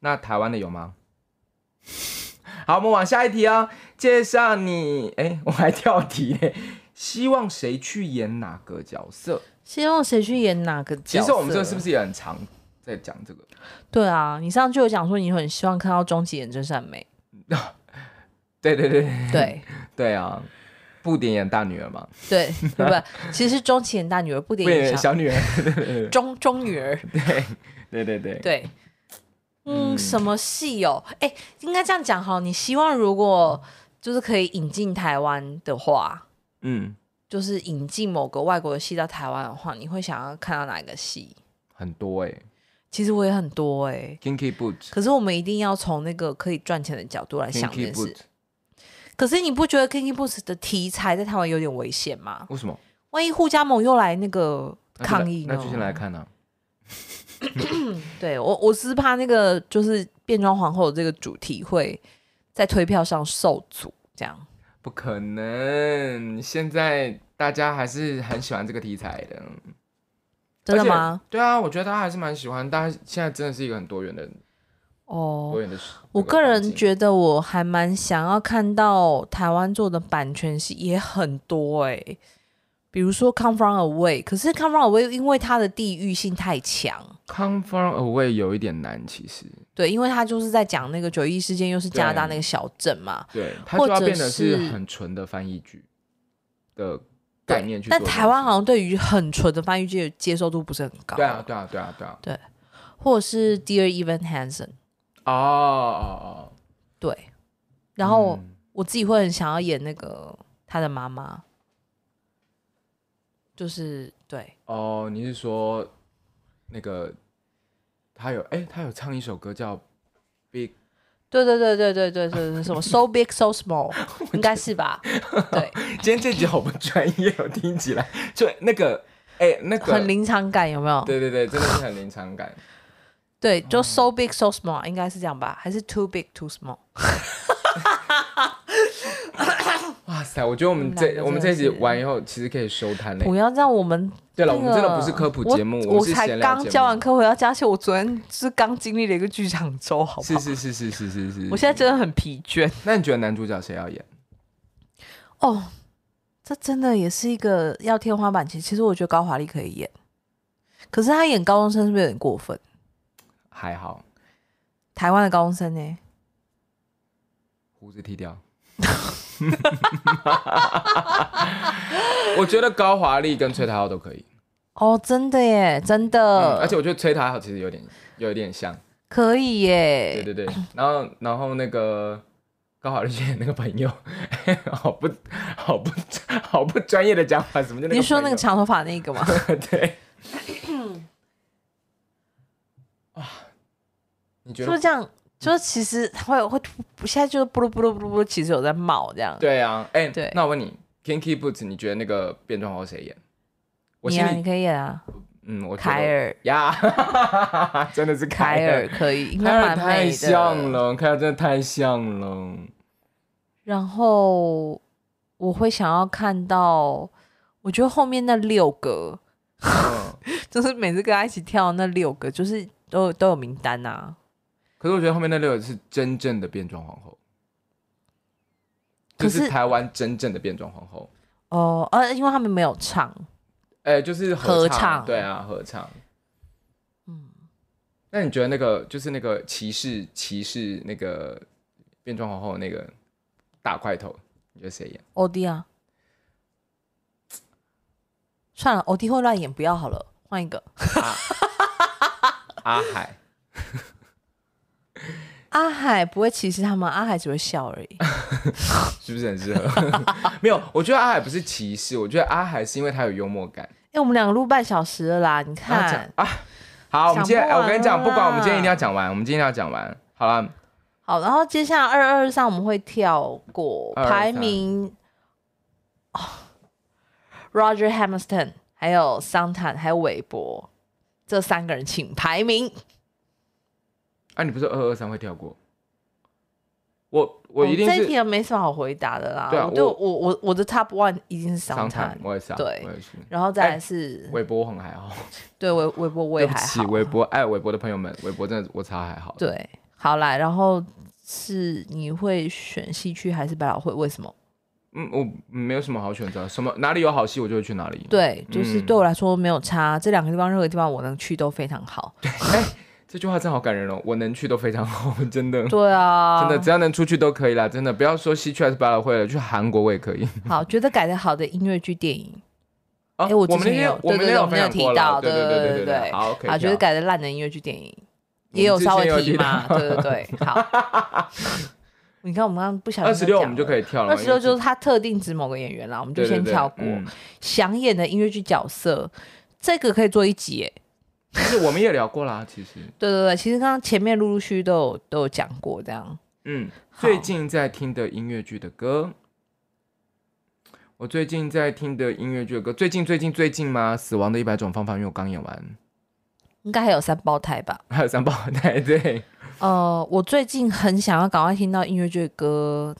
Speaker 2: 那台湾的有吗？ 好，我们往下一题哦。介绍你，哎、我还跳题嘞。希望谁去演哪个角色？
Speaker 1: 希望谁去演哪个
Speaker 2: 其
Speaker 1: 角色？
Speaker 2: 实我们这是不是也很常在讲这个？
Speaker 1: 对啊？你上次有讲说你很希望看到终极演真善 美，
Speaker 2: 对对对对
Speaker 1: 对
Speaker 2: 对啊！布点演大女儿嘛，
Speaker 1: 对， 对不？其实是终极演大女儿，不点
Speaker 2: 布点
Speaker 1: 演
Speaker 2: 演
Speaker 1: 小
Speaker 2: 小女儿，
Speaker 1: 中中女儿。
Speaker 2: 对对对，
Speaker 1: 对，嗯，
Speaker 2: 嗯
Speaker 1: 什么戏哦？哎，应该这样讲好。你希望如果就是可以引进台湾的话，
Speaker 2: 嗯，
Speaker 1: 就是引进某个外国的戏到台湾的话，你会想要看到哪个戏？
Speaker 2: 很多哎、欸
Speaker 1: 其实我也很多哎、
Speaker 2: ，Kinky Boot，Kinky
Speaker 1: 可是我们一定要从那个可以赚钱的角度来想这件事
Speaker 2: Boot，。
Speaker 1: 可是你不觉得 Kinky Boots 的题材在台湾有点危险吗？
Speaker 2: 为什么？
Speaker 1: 万一互加盟又来那个
Speaker 2: 那就来
Speaker 1: 抗议呢？
Speaker 2: 那就先来看啊。
Speaker 1: 对我，我是怕那个就是变装皇后这个主题会在推票上受阻，这样
Speaker 2: 不可能，现在大家还是很喜欢这个题材的。
Speaker 1: 真的
Speaker 2: 而且
Speaker 1: 吗？？
Speaker 2: 对啊，我觉得大家还是蛮喜欢。大家现在真的是一个很多元的、
Speaker 1: 哦
Speaker 2: 多，元的世。
Speaker 1: 我个人
Speaker 2: 得，
Speaker 1: 觉得我还蛮想要看到台湾做的版权戏也很多诶、比如说《Come From Away》，可是《Come From Away》因为它的地域性太强，
Speaker 2: 《Come From Away》有一点难，其实
Speaker 1: 对，因为它就是在讲那个九一事件，又是加拿大那个小镇嘛。
Speaker 2: 对它
Speaker 1: 或
Speaker 2: 就要
Speaker 1: 者
Speaker 2: 变得是
Speaker 1: 是
Speaker 2: 很纯的翻译剧的概念
Speaker 1: 对
Speaker 2: 去，做
Speaker 1: 但
Speaker 2: 这件事。
Speaker 1: 台湾好像对于很纯的翻译剧的接受度不是很高，
Speaker 2: 对啊，对啊，对啊，对啊。
Speaker 1: 或者是 Dear Evan Hansen，
Speaker 2: 哦哦哦，
Speaker 1: 对，然后
Speaker 2: 嗯
Speaker 1: 我自己会很想要演那个他的妈妈，就是对，
Speaker 2: 哦，你是说那个他有哎、他有唱一首歌叫《Big
Speaker 1: 对对对对对对对对，什么 so big so small，应该是吧？对，》，
Speaker 2: 今天这集好不专业哦，听起来就那个哎、那个
Speaker 1: 很临场感有没有？
Speaker 2: 对嗯对对，真的是很临场感。
Speaker 1: 对，就 so big so small，应该是这样吧？还是 too big too small？
Speaker 2: 哇塞，我觉得我们
Speaker 1: 我们两
Speaker 2: 这
Speaker 1: 个
Speaker 2: 我们
Speaker 1: 真的
Speaker 2: 这集
Speaker 1: 是
Speaker 2: 完以后，其实可以收摊嘞
Speaker 1: 不。要让我们
Speaker 2: 对了，
Speaker 1: 那
Speaker 2: 我们真的
Speaker 1: 个
Speaker 2: 不是科普
Speaker 1: 我
Speaker 2: 节目，
Speaker 1: 我
Speaker 2: 们是
Speaker 1: 才
Speaker 2: 闲聊
Speaker 1: 刚
Speaker 2: 节目。
Speaker 1: 教完课回到家，而且我昨天是刚经历了一个剧场周，好不
Speaker 2: 是
Speaker 1: 好？
Speaker 2: 是是是是是是。
Speaker 1: 我现在真的很疲倦
Speaker 2: 那你觉得男主角谁要演？
Speaker 1: 哦。这真的也是一个要天花板期。其实我觉得高华丽可以演，可是他演高中生是不是有点过分？
Speaker 2: 还好，
Speaker 1: 台湾的高中生呢、
Speaker 2: 胡子剃掉。 我觉得高华丽跟崔台浩都可以，
Speaker 1: 哦，真的耶，真
Speaker 2: 嗯
Speaker 1: 的，
Speaker 2: 而且我觉得崔台浩其实有点有一点像，
Speaker 1: 可以耶。
Speaker 2: 对 对对。然后然后那个高华丽演那个朋友， 好不好不好不专业的讲法，什么叫那个？
Speaker 1: 你是说那个？长头发那个吗？
Speaker 2: 对。哇，啊你觉
Speaker 1: 就是
Speaker 2: 得？
Speaker 1: 这样，就是其实会会突，现在就是布噜布噜布噜布噜，其实有在冒这样。
Speaker 2: 对啊，哎、
Speaker 1: 对
Speaker 2: 那我问你，Kinky Boots，你觉得那个变装皇后谁演？我
Speaker 1: 你
Speaker 2: 心
Speaker 1: 啊，
Speaker 2: 里
Speaker 1: 你可以演啊，
Speaker 2: 嗯，我觉得
Speaker 1: 凯尔，
Speaker 2: 呀， 真的是
Speaker 1: 凯
Speaker 2: 尔
Speaker 1: 尔，可以，应
Speaker 2: 凯
Speaker 1: 该
Speaker 2: 尔
Speaker 1: 蛮美
Speaker 2: 太
Speaker 1: 的。
Speaker 2: 像了，凯尔真的太 像了。
Speaker 1: 然后我会想要看到，我觉得后面那六个，
Speaker 2: 嗯，
Speaker 1: 就是每次跟他一起跳那六个，就是都有都有名单啊。
Speaker 2: 可是我觉得后面那六个是真正的变装皇后，
Speaker 1: 可
Speaker 2: 就是是台湾真正的变装皇后，
Speaker 1: 哦，呃，因为他们没有唱，
Speaker 2: 哎、就是
Speaker 1: 合
Speaker 2: 唱，
Speaker 1: 唱
Speaker 2: 对啊，合唱。
Speaker 1: 嗯，
Speaker 2: 那你觉得那个就是那个骑士骑士那个变装皇后那个大块头，你觉得谁演？
Speaker 1: 欧弟啊，算了，欧弟会乱演，不要好了，换一个。
Speaker 2: 阿阿海。
Speaker 1: 阿海不会歧视他们，阿海只会笑而 已。
Speaker 2: 是不是很适合？ 没有，我觉得阿海不是歧视，我觉得阿海是因为他有幽默感。
Speaker 1: 哎、我们两个录半小时了啦，你
Speaker 2: 然后讲
Speaker 1: 看。
Speaker 2: 啊，好，我们今天
Speaker 1: 讲不完啊
Speaker 2: 哎我跟你讲，
Speaker 1: 了
Speaker 2: 不管我们今天
Speaker 1: 啦
Speaker 2: 一定要讲完，我们今天一定要讲完。好了，
Speaker 1: 好，然后接下来二二上我们会跳过
Speaker 2: 223
Speaker 1: 排名、r o g e r Hamilton，还有桑坦，还有韦伯这三个人，请排名。
Speaker 2: 啊，你不是二二三会跳过？我我一定
Speaker 1: 哦这一
Speaker 2: 是
Speaker 1: 题没什么好回答的啦。
Speaker 2: 对啊
Speaker 1: 我对我
Speaker 2: 我
Speaker 1: 我我的 Top One 一定是桑
Speaker 2: 坦
Speaker 1: 坦，，
Speaker 2: 我也是啊，
Speaker 1: 对
Speaker 2: 我也是。
Speaker 1: 然后再来是、
Speaker 2: 哎微博我很还好，
Speaker 1: 对韦韦伯，我也
Speaker 2: 对不
Speaker 1: 还
Speaker 2: 起，
Speaker 1: 好。
Speaker 2: 微博爱微博的朋友们，微博真的我超还好。
Speaker 1: 对，好啦，然后是你会选戏剧还是百老汇？为什么？
Speaker 2: 嗯，我嗯没有什么好选择，什么哪里有好戏我就会去哪里。
Speaker 1: 对，就是
Speaker 2: 嗯
Speaker 1: 对我来说没有差，这两个地方任何地方我能去都非常 好。
Speaker 2: 这句话真好感人哦，我能去都非常好， 真的。
Speaker 1: 对啊，
Speaker 2: 真的，只要能出去都可以啦，真的，不要说西区还是百老汇了，去韩国我也可以。
Speaker 1: 好，觉得改的好的音乐剧、电影，
Speaker 2: 啊
Speaker 1: 哎我之
Speaker 2: 们那
Speaker 1: 前也
Speaker 2: 天
Speaker 1: 有
Speaker 2: 我们
Speaker 1: 对对
Speaker 2: 那天
Speaker 1: 对我们
Speaker 2: 分
Speaker 1: 有
Speaker 2: 享
Speaker 1: 提
Speaker 2: 过啦
Speaker 1: 到
Speaker 2: 对
Speaker 1: 的
Speaker 2: 对
Speaker 1: 对
Speaker 2: 对
Speaker 1: 对
Speaker 2: 对，
Speaker 1: 对
Speaker 2: 好，可以
Speaker 1: 啊，觉得
Speaker 2: 跳
Speaker 1: 改的烂的音乐剧、电影，
Speaker 2: 我
Speaker 1: 也有
Speaker 2: 们之
Speaker 1: 稍
Speaker 2: 前
Speaker 1: 微
Speaker 2: 有提
Speaker 1: 嘛，
Speaker 2: 到
Speaker 1: 对对对，好。 你看，我们刚刚不小心
Speaker 2: 二十六我们就
Speaker 1: 以。
Speaker 2: 可以跳了嘛，
Speaker 1: 二十六就是是他特定指某个演员啦，我们就
Speaker 2: 对对
Speaker 1: 先
Speaker 2: 对
Speaker 1: 跳过。
Speaker 2: 嗯
Speaker 1: 想演的音乐剧角色，这个可以做一集耶。
Speaker 2: 其实我们也聊过啦，其实，
Speaker 1: 对对对，其实刚刚前面陆陆续续都有都有讲过这样。
Speaker 2: 嗯，
Speaker 1: 好
Speaker 2: 最近在听的音乐剧的歌，我最近在听的音乐剧的歌，最近最近最近吗？死亡的一百种方法，因为我刚演完，
Speaker 1: 应该还有三胞胎吧？
Speaker 2: 还有三胞胎，对，
Speaker 1: 呃，我最近很想要赶快听到音乐剧的歌，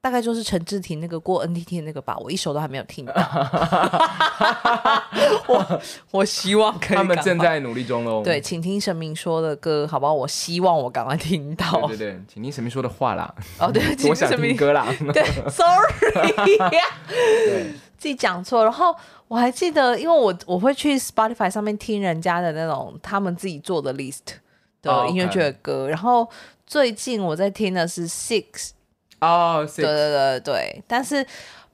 Speaker 1: 大概就是陈志廷那个过 NTT 的那个吧，我一首都还没有听到。 我 我希望可以赶快，
Speaker 2: 他们正在努力中哦喽。
Speaker 1: 对，请听神明说的歌，好不好？我希望我赶快听到。
Speaker 2: 对对对，请听神明说的 话啦，
Speaker 1: 哦，对，请
Speaker 2: 我
Speaker 1: 听
Speaker 2: 想
Speaker 1: 神
Speaker 2: 听
Speaker 1: 明。
Speaker 2: 歌啦。
Speaker 1: 对，sorry
Speaker 2: 对，
Speaker 1: 自己讲错。然后我还记得，因为我我会去 Spotify 上面听人家的那种他们自己做的 list
Speaker 2: 哦
Speaker 1: 的音乐剧的歌。然后最近我在听的是 Six，
Speaker 2: 哦，
Speaker 1: 对
Speaker 2: 是
Speaker 1: 对对对。但是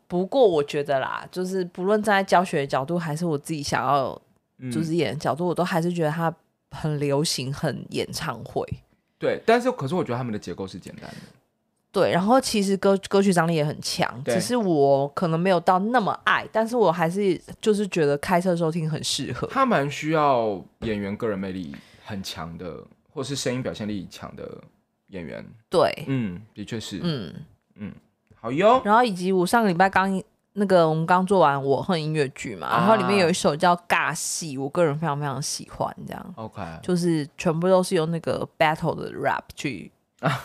Speaker 1: 不过我觉得啦，就是不论站在教学的角度，还是我自己想要
Speaker 2: 嗯
Speaker 1: 就是演的角度，我都还是觉得它很流行，很演唱会。
Speaker 2: 对，但是可是我觉得他们的结构是简单的，
Speaker 1: 对，然后其实歌歌曲张力也很强，
Speaker 2: 对
Speaker 1: 只是我可能没有到那么爱，但是我还是就是觉得开车收听很适合。
Speaker 2: 他蛮需要演员个人魅力很强的，或是声音表现力强的演员。
Speaker 1: 对，
Speaker 2: 嗯，的确是。
Speaker 1: 嗯，
Speaker 2: 好哟，
Speaker 1: 然后以及我上个礼拜刚那个我们刚做完我恨音乐剧嘛，
Speaker 2: 啊
Speaker 1: 然后里面有一首叫《尬戏》，我个人非常非常喜欢，这样
Speaker 2: OK，
Speaker 1: 就是全部都是用那个 battle 的 rap 去
Speaker 2: 啊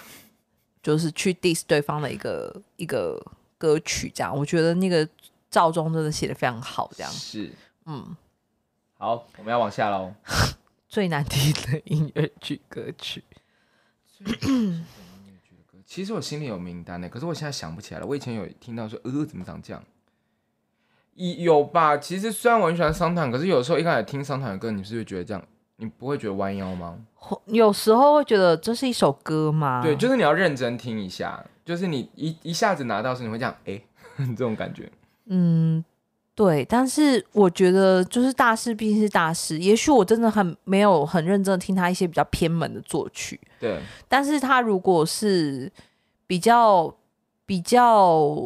Speaker 1: 就是去 diss 对方的一个一个歌曲，这样我觉得那个赵忠真的写的非常好，这样
Speaker 2: 是
Speaker 1: 嗯，
Speaker 2: 好，我们要往下喽。
Speaker 1: 最难听的音乐剧歌曲。
Speaker 2: 其实我心里有名单的，可是我现在想不起来了。我以前有听到说，呃，怎么长这样？一有吧？其实虽然我很喜欢商场，可是有时候一开始听商场的歌，你是不是觉得这样？你不会觉得弯腰吗？
Speaker 1: 或有时候会觉得这是一首歌吗？
Speaker 2: 对，就是你要认真听一下，就是你一一下子拿到的时，候，你会这样，哎、 这种感觉。
Speaker 1: 嗯，对，但是我觉得就是大师毕竟是大师，也许我真的很没有很认真地听他一些比较偏门的作曲，
Speaker 2: 对，
Speaker 1: 但是他如果是比较比较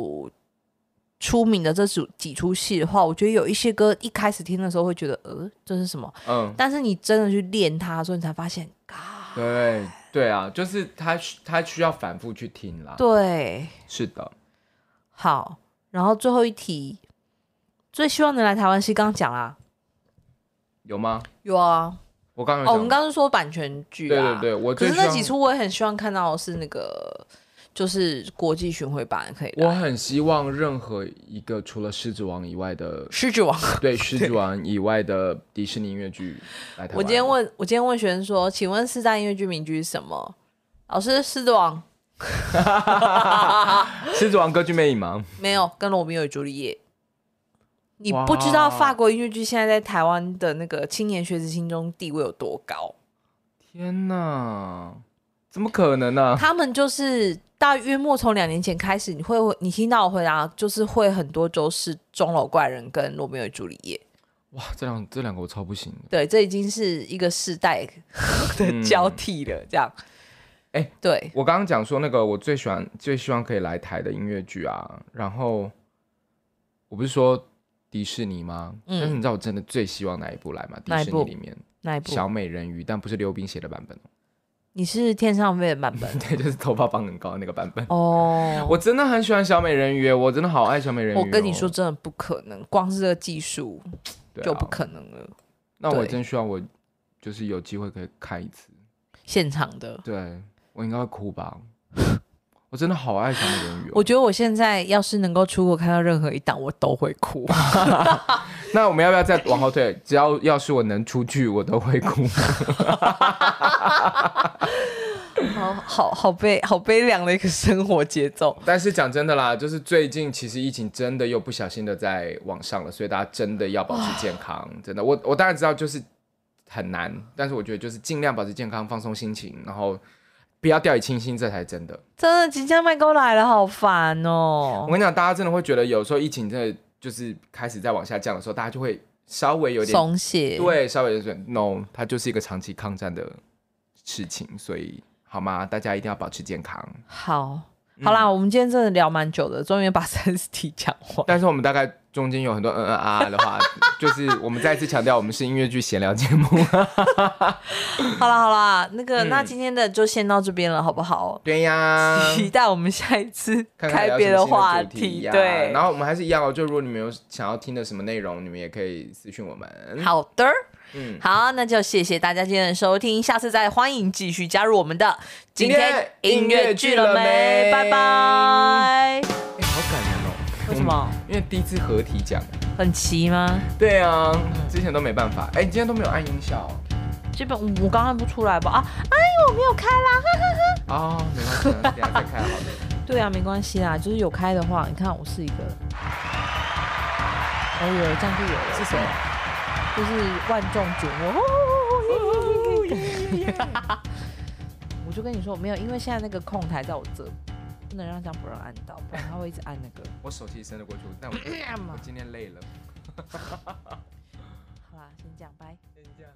Speaker 1: 出名的这组几出戏的话，我觉得有一些歌一开始听的时候会觉得呃这是什么，
Speaker 2: 嗯，
Speaker 1: 但是你真的去练它的时候，你才发现啊，
Speaker 2: 对，对啊，就是他需他需要反复去听啦。
Speaker 1: 对，
Speaker 2: 是的，
Speaker 1: 好，然后最后一题，最希望能来台湾是刚刚讲啦，
Speaker 2: 有吗？
Speaker 1: 有啊，
Speaker 2: 我刚刚有
Speaker 1: 哦，我们
Speaker 2: 讲
Speaker 1: 刚刚说版权剧
Speaker 2: 对
Speaker 1: 啊，
Speaker 2: 对对，我
Speaker 1: 可
Speaker 2: 最
Speaker 1: 是那
Speaker 2: 希
Speaker 1: 几
Speaker 2: 望
Speaker 1: 出我也很希望看到的是那个，就是国际巡回版可以
Speaker 2: 我
Speaker 1: 的。
Speaker 2: 很希望任何一个除了《狮子王》以外的，
Speaker 1: 狮子王，
Speaker 2: 对《狮子王》以外的迪士尼音乐剧来台湾。
Speaker 1: 我今天问我今天问学生说，请问四大音乐剧名剧是什么？老师，狮子王
Speaker 2: 《狮子王》歌剧魅影吗？
Speaker 1: 没有，跟罗密欧与朱丽叶。你不知道
Speaker 2: 哇
Speaker 1: 法国音乐剧现在在台湾的那个青年学子心中地位有多高？
Speaker 2: 天哪，怎么可能呢、
Speaker 1: 他们就是大约莫从两年前开始，你会你听到我回答就是会很多都是钟楼怪人跟罗密欧与朱丽叶。
Speaker 2: 哇，这两这两个我超不行的。
Speaker 1: 对，这已经是一个世 代的交替了，这样。
Speaker 2: 哎
Speaker 1: 对，
Speaker 2: 我刚刚讲说那个我最喜欢、最希望可以来台的音乐剧啊，然后我不是说迪士尼吗？
Speaker 1: 嗯
Speaker 2: 但是你知道我真的最希望哪一部来吗？迪
Speaker 1: 哪一
Speaker 2: 士
Speaker 1: 部
Speaker 2: 尼里面
Speaker 1: 那一部？
Speaker 2: 小美人鱼，但不是溜冰鞋的版本哦，
Speaker 1: 你是天上飞的版本
Speaker 2: 对，就是头发绑很高的那个版本。
Speaker 1: 哦。
Speaker 2: 我真的很喜欢小美人鱼，我真的好爱小美人鱼、哦
Speaker 1: 我跟你说，，真的不可能，光是这个技术
Speaker 2: 对啊、
Speaker 1: 就不可能了。
Speaker 2: 那我
Speaker 1: 对
Speaker 2: 真希望我就是有机会可以看一次，
Speaker 1: 现场的，
Speaker 2: 对我应该会哭 吧。我真的好爱小美人鱼、
Speaker 1: 我
Speaker 2: 哦。
Speaker 1: 觉得我现在要是能够出国看到任何一档，我都会 哭。
Speaker 2: 那我们要不要再往后退？ 只要要是我能出去，我都会哭。
Speaker 1: 好好好悲好悲凉的一个生活节奏。
Speaker 2: 但是讲真的啦，就是最近其实疫情真的又不小心的在往上了，所以大家真的要保持健康。真的，我我当然知道就是很难，但是我觉得就是尽量保持健康，放松心情，然后不要掉以轻心，这才是真的。
Speaker 1: 真的，即将麦哥来了，好烦
Speaker 2: 我
Speaker 1: 哦。
Speaker 2: 跟你讲，大家真的会觉得有时候疫情真的就是开始在往下降的时候，大家就会稍微有点
Speaker 1: 松懈，，
Speaker 2: 对，稍微有点 no，它就是一个长期抗战的事情，所以好吗？大家一定要保持健康。
Speaker 1: 好，
Speaker 2: 嗯
Speaker 1: 好啦，我们今天真的聊蛮久的，终于把 三十题讲 完。
Speaker 2: 但是我们大概中间有很多嗯嗯啊啊的话， 就是我们再次强调，我们是音乐剧闲聊节目。
Speaker 1: 好啦好啦，那个、
Speaker 2: 嗯
Speaker 1: 那今天的就先到这边了，好不好？
Speaker 2: 对呀，
Speaker 1: 期待我们下一次
Speaker 2: 看嗯看
Speaker 1: 开
Speaker 2: 聊
Speaker 1: 别
Speaker 2: 什么新
Speaker 1: 话
Speaker 2: 主题呀。
Speaker 1: 对，
Speaker 2: 然后我们还是一样哦，就如果你们有想要听的什么内容，你们也可以私讯我们。
Speaker 1: 好的，
Speaker 2: 嗯，
Speaker 1: 好，那就谢谢大家今天的收听，下次再欢迎继续加入我们的
Speaker 2: 今天
Speaker 1: 音乐剧了
Speaker 2: 音乐剧了没
Speaker 1: 没？拜拜。
Speaker 2: 哎，好感人哦。
Speaker 1: 为什么？
Speaker 2: 因为第一次合体讲。
Speaker 1: 很齐吗？
Speaker 2: 对啊，之前都没办法。哎，你今天都没有按音效哦。
Speaker 1: 这边我刚刚不出来吧？啊，哎呦，我没有开啦。哈哈
Speaker 2: 哦，没关系啊，等一下再开好了。
Speaker 1: 对啊，没关系啦，就是有开的话，你看我是一个，哦，有了，这样就有了。是什么？就是万众瞩目。哦嘿嘿嘿嘿嘿我就跟你说，没有，因为现在那个控台在我这，不能让江博人按到，不然他会一直按那个。
Speaker 2: 我手机伸得过去，但我我今天累了，
Speaker 1: 好啦，先这样，拜。
Speaker 2: 先这样。